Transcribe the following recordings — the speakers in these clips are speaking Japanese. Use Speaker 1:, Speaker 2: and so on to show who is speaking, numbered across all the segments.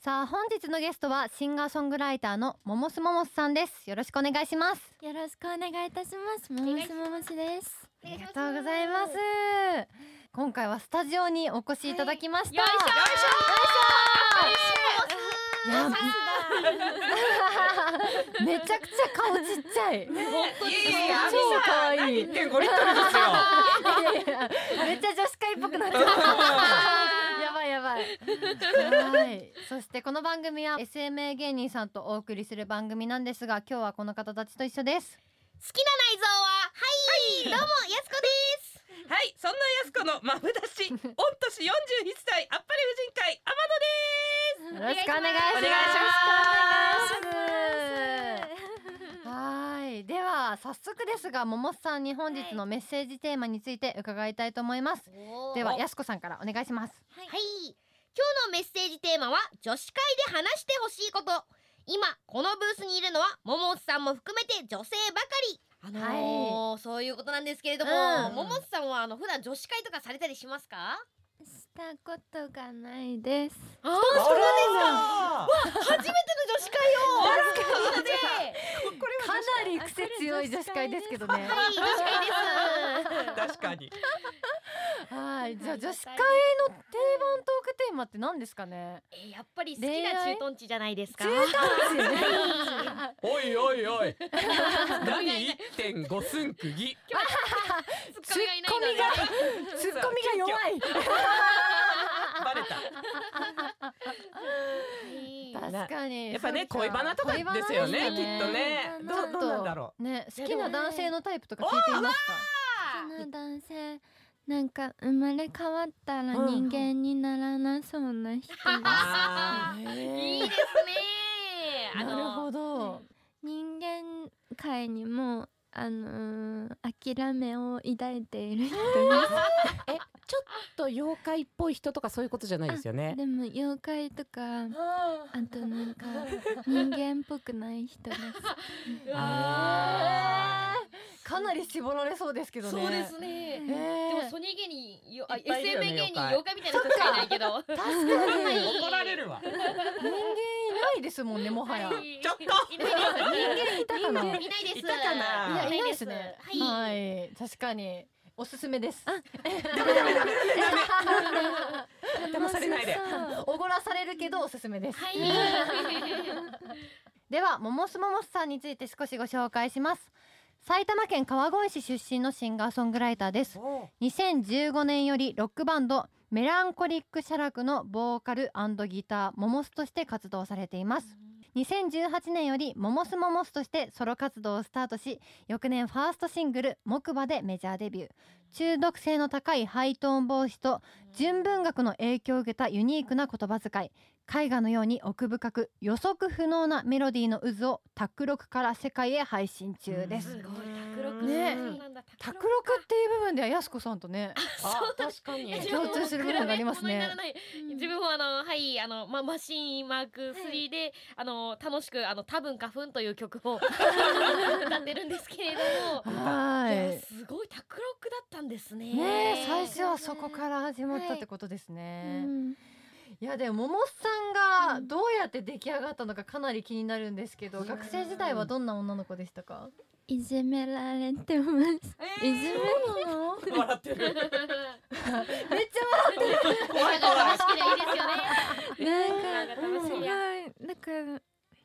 Speaker 1: さあ本日のゲストはシンガーソングライターのももすももすさんですよろしくお願いします
Speaker 2: よろしくお願いいたします。ももすももすです。
Speaker 1: ありがとうございます今回はスタジオにお越しいただきました、
Speaker 3: よいし
Speaker 1: い
Speaker 3: ょよ
Speaker 1: やめちゃくちゃ顔ちっち ゃい
Speaker 3: いしょ
Speaker 1: いや超可愛い
Speaker 3: 一点五リットルですよ。
Speaker 1: めっちゃ女子会っぽく なっちゃった。やばいやばい。はい。そしてこの番組は SMA 芸人さんとお送りする番組なんですが、今日はこの方たちと一緒です。
Speaker 4: 好きな内臓ははい、どうもやすこです
Speaker 3: はい、そんなやすこのまぶだし、御年四十一歳、あっぱれ婦人会、天野で
Speaker 1: よろしくお願いします。
Speaker 3: お願いし
Speaker 1: ます。はい。では早速ですが、ももさんに本日のメッセージテーマについて伺いたいと思います。ではやすこさんからお願いします。
Speaker 4: はい、今日のメッセージテーマは女子会で話してほしいこと今このブースにいるのはももつさんも含めて女性ばかりあのーそういうことなんですけれども、
Speaker 1: うん
Speaker 4: ももつさんはあの普段女子会とかされたりしますか
Speaker 2: したことがないです。
Speaker 3: す。
Speaker 4: あ
Speaker 3: そうなん
Speaker 4: 初めての女子会を初
Speaker 1: かなり癖強い女子会ですけどね。
Speaker 4: はい、女子会です
Speaker 3: ですか。確かに。
Speaker 1: はい、じゃあ
Speaker 2: はい
Speaker 1: 女子会の定番トークテーマって何ですかね。
Speaker 4: えー やっぱり好きな駐屯地じゃないですか
Speaker 1: 中間地。あ
Speaker 3: おいおいおい。何一点五寸釘。
Speaker 4: ツ
Speaker 1: ツッコミが ツッコミが弱い。
Speaker 3: バレた。
Speaker 1: 確かに。
Speaker 3: やっぱね、
Speaker 1: そう
Speaker 3: 恋バナとかです
Speaker 1: 恋
Speaker 3: よね、きっと
Speaker 1: バナです
Speaker 3: ね。
Speaker 2: 恋
Speaker 3: ど
Speaker 2: バナ
Speaker 3: う、どうなんだろ
Speaker 1: ね、好きな男性のタイプとか聞いています
Speaker 2: その男性なんか生まれ変わったら人間にならなそうな人です。
Speaker 3: う。あ
Speaker 1: か。
Speaker 4: いい
Speaker 1: へ
Speaker 4: で
Speaker 1: ー
Speaker 4: すねあ
Speaker 1: なる
Speaker 4: の
Speaker 1: ほ ど。
Speaker 2: 人間界にもあのー諦めを抱いている人
Speaker 5: ちょっと妖怪っぽい人とかそういうことじゃないですよね。
Speaker 2: でも妖怪とかあとなんか人間っぽくない人です。
Speaker 3: あ
Speaker 1: かなり絞られそうですけどね。
Speaker 4: そうですね
Speaker 1: へー。
Speaker 4: でもソニー芸人よあ
Speaker 3: いっぱいいるよ
Speaker 4: SMA
Speaker 3: ね
Speaker 4: 芸人妖
Speaker 3: 妖
Speaker 4: 怪みたいな人しかいないけど
Speaker 1: 確か に
Speaker 3: ー怒られるわ。
Speaker 1: 人間いないですもんねもはや。
Speaker 4: はい
Speaker 3: ちょっ
Speaker 4: いない
Speaker 1: 人間いたかな。い
Speaker 4: ですいないです
Speaker 3: いたかない
Speaker 1: や
Speaker 3: や
Speaker 1: いないですね。
Speaker 4: はい
Speaker 1: はい、確かにおすすめです。
Speaker 3: 騙されないで
Speaker 2: 楽しそう
Speaker 1: おごらされるけどおすすめです、
Speaker 4: はい
Speaker 1: ではももすももすさんについて少しご紹介します埼玉県川越市出身のシンガーソングライターです2015年よりロックバンドメランコリック写楽のボーカルギターモモスとして活動されています2018年よりモモスモモスとしてソロ活動をスタートし翌年ファーストシングル「木馬」でメジャーデビュー中毒性の高いハイトーンボイスと純文学の影響を受けたユニークな言葉遣い絵画のように奥深く予測不能なメロディーの渦を卓録から世界へ配信中です
Speaker 4: す
Speaker 1: 卓
Speaker 4: ごい106
Speaker 1: ね
Speaker 4: そうなんだ
Speaker 1: 録っていう部分ではやすこさんとね
Speaker 3: あ、確かに。
Speaker 4: 106
Speaker 1: 共通する部分がありますね
Speaker 4: 比べ 物にならない自分はあのはいあのまマシーンマーク3で、あの楽しくあの多分花粉という曲を 歌ってるんですけれども、
Speaker 1: はい
Speaker 4: や
Speaker 1: い
Speaker 4: すごいタクロックだったんですね。
Speaker 1: ねえ最初はそこから始まったってことですね、
Speaker 2: うん
Speaker 1: いやでももさんがどうやって出来上がったのかかなり気になるんですけど、学生時代はどんな女の子でしたか、
Speaker 2: いじめられてます。いじめなの？
Speaker 3: 笑ってる。
Speaker 1: めっち
Speaker 4: 怖い怖い好きでいいですよね。
Speaker 2: なん
Speaker 4: なん
Speaker 2: か
Speaker 4: か
Speaker 2: うん
Speaker 4: 楽
Speaker 2: す
Speaker 4: し
Speaker 2: ごい
Speaker 4: み
Speaker 2: な
Speaker 4: や
Speaker 2: んか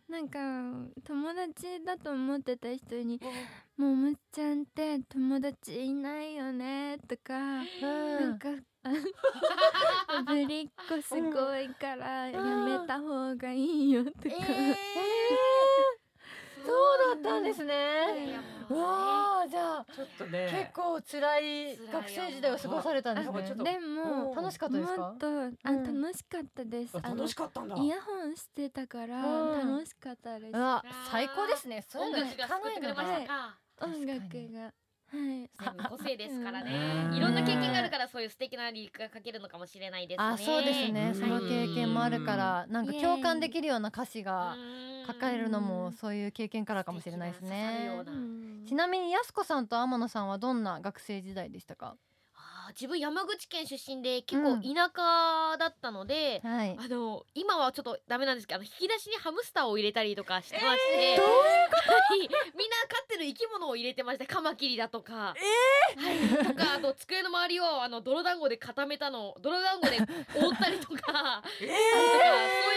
Speaker 2: なんか友達だと思ってた人に「もうむっちゃんって友達いないよね」とか
Speaker 1: ゃ笑
Speaker 2: なんかあぶりっ子すごいからやめた方がいいよとか、
Speaker 1: そうだったんですね、
Speaker 4: もう
Speaker 1: わあじゃあ
Speaker 3: ちょっとね。
Speaker 1: 結構辛い
Speaker 4: 辛いよ
Speaker 1: 学生時代を過ごされたんです
Speaker 3: なんかちょっと
Speaker 1: ね
Speaker 2: でも
Speaker 1: 楽しかったです
Speaker 2: も
Speaker 1: か
Speaker 2: っとあ
Speaker 1: うん
Speaker 2: 楽しかったです、
Speaker 3: あ
Speaker 2: あの
Speaker 3: 楽しかったんだ。
Speaker 2: イヤホンしてたから
Speaker 1: うん
Speaker 2: 楽しかったです、
Speaker 1: うわ最高ですねそういう
Speaker 4: 音
Speaker 1: の
Speaker 4: 楽が
Speaker 1: 聞か
Speaker 4: 作
Speaker 1: な
Speaker 4: っ
Speaker 1: い
Speaker 4: てくれ
Speaker 1: の
Speaker 4: ま
Speaker 1: が
Speaker 4: したか。
Speaker 2: 音楽
Speaker 1: 確かに
Speaker 2: がはい
Speaker 4: 個性ですから
Speaker 3: う
Speaker 4: ね。
Speaker 3: ん
Speaker 4: いろんな経験があるからそういう素敵なリークが書けるのかもしれないですね。
Speaker 1: あそうですね
Speaker 3: ん
Speaker 1: その経験もあるからなんか共感できるような歌詞が書かれるの
Speaker 2: う
Speaker 1: も
Speaker 2: ん
Speaker 1: そういう経験からかもしれないです
Speaker 4: 素敵な刺さるよ
Speaker 1: ね
Speaker 4: うな
Speaker 2: うん
Speaker 1: ちなみにやすこさんと天野さんはどんな学生時代でしたか
Speaker 4: あ自分山口県出身で結
Speaker 1: う
Speaker 4: 構
Speaker 1: ん
Speaker 4: 田舎だったので、
Speaker 1: はい。
Speaker 4: あの今はちょっとダメなんですけどあの引き出しにハムスターを入れたりとかしてまして、
Speaker 1: どう
Speaker 4: はいみんな飼ってる生き物を入れてましたカマキリだとか、はい、とかあと机の周りをあの泥団子で固めたのを泥団子で覆ったりと
Speaker 3: ええ
Speaker 4: かとかそうい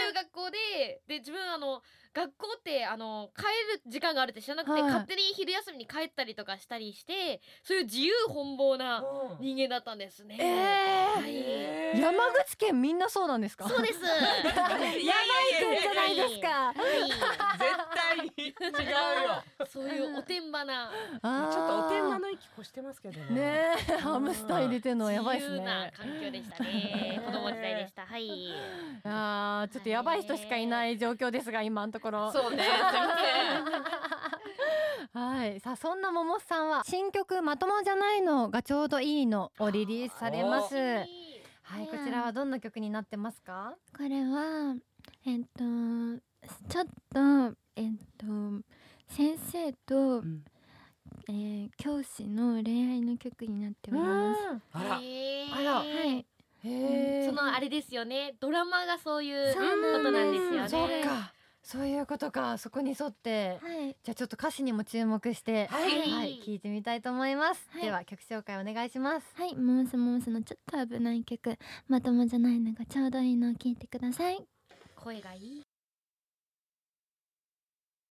Speaker 4: う学校でで自分あの学校ってあの帰る時間があるって知らなく
Speaker 1: は
Speaker 4: て、
Speaker 1: い
Speaker 4: 勝手に昼休みに帰ったりとかしたりしてそういう自由奔放な人間だったんですね。
Speaker 1: え
Speaker 4: はい
Speaker 1: ー、山口県みんなそうなんですか。
Speaker 4: そうです。
Speaker 1: じ
Speaker 3: いやいやいやいや
Speaker 1: ゃないですか。
Speaker 4: は
Speaker 3: 絶対に違うよ
Speaker 4: い、そういうおてん ばな
Speaker 1: あー
Speaker 5: ちょっとお天魔の域越してますけどね
Speaker 1: ねえ、ハムスター入れてるのはやばいです
Speaker 4: 自由な
Speaker 1: ね。
Speaker 4: 環境でしたね。子供時代でした。はい。
Speaker 1: ああ、ちょっとやばい人しかいない状況ですが、今のところ。
Speaker 3: そうね全然
Speaker 1: はい、さあ、そんなももさんは新曲まともじゃないのがちょうどいいのをリリースされます。は
Speaker 2: う
Speaker 1: い、
Speaker 2: ん
Speaker 1: こちらはどんな曲になってますか。
Speaker 2: これはえっとちょっとえっと先生と、
Speaker 5: ん
Speaker 2: えー教師の恋愛の曲になっております。
Speaker 1: ん、
Speaker 5: あら
Speaker 4: へー
Speaker 1: あら
Speaker 2: はい、
Speaker 1: へえ
Speaker 4: そ。のあれですよね。ドラマがそういうこ
Speaker 2: そうなんです
Speaker 4: となんですよ
Speaker 1: そ
Speaker 4: ね。
Speaker 1: うか、そういうことか、そこに沿って。
Speaker 2: はい、
Speaker 1: じゃあ、ちょっと歌詞にも注目して、
Speaker 5: はい
Speaker 1: はい、聞いてみたいと思います。
Speaker 2: はい
Speaker 1: では、曲紹介お願いします。
Speaker 2: はい、モースモースのちょっと危ない曲、まともじゃないのがちょうどいいのを聞いてください。
Speaker 4: 声がいい。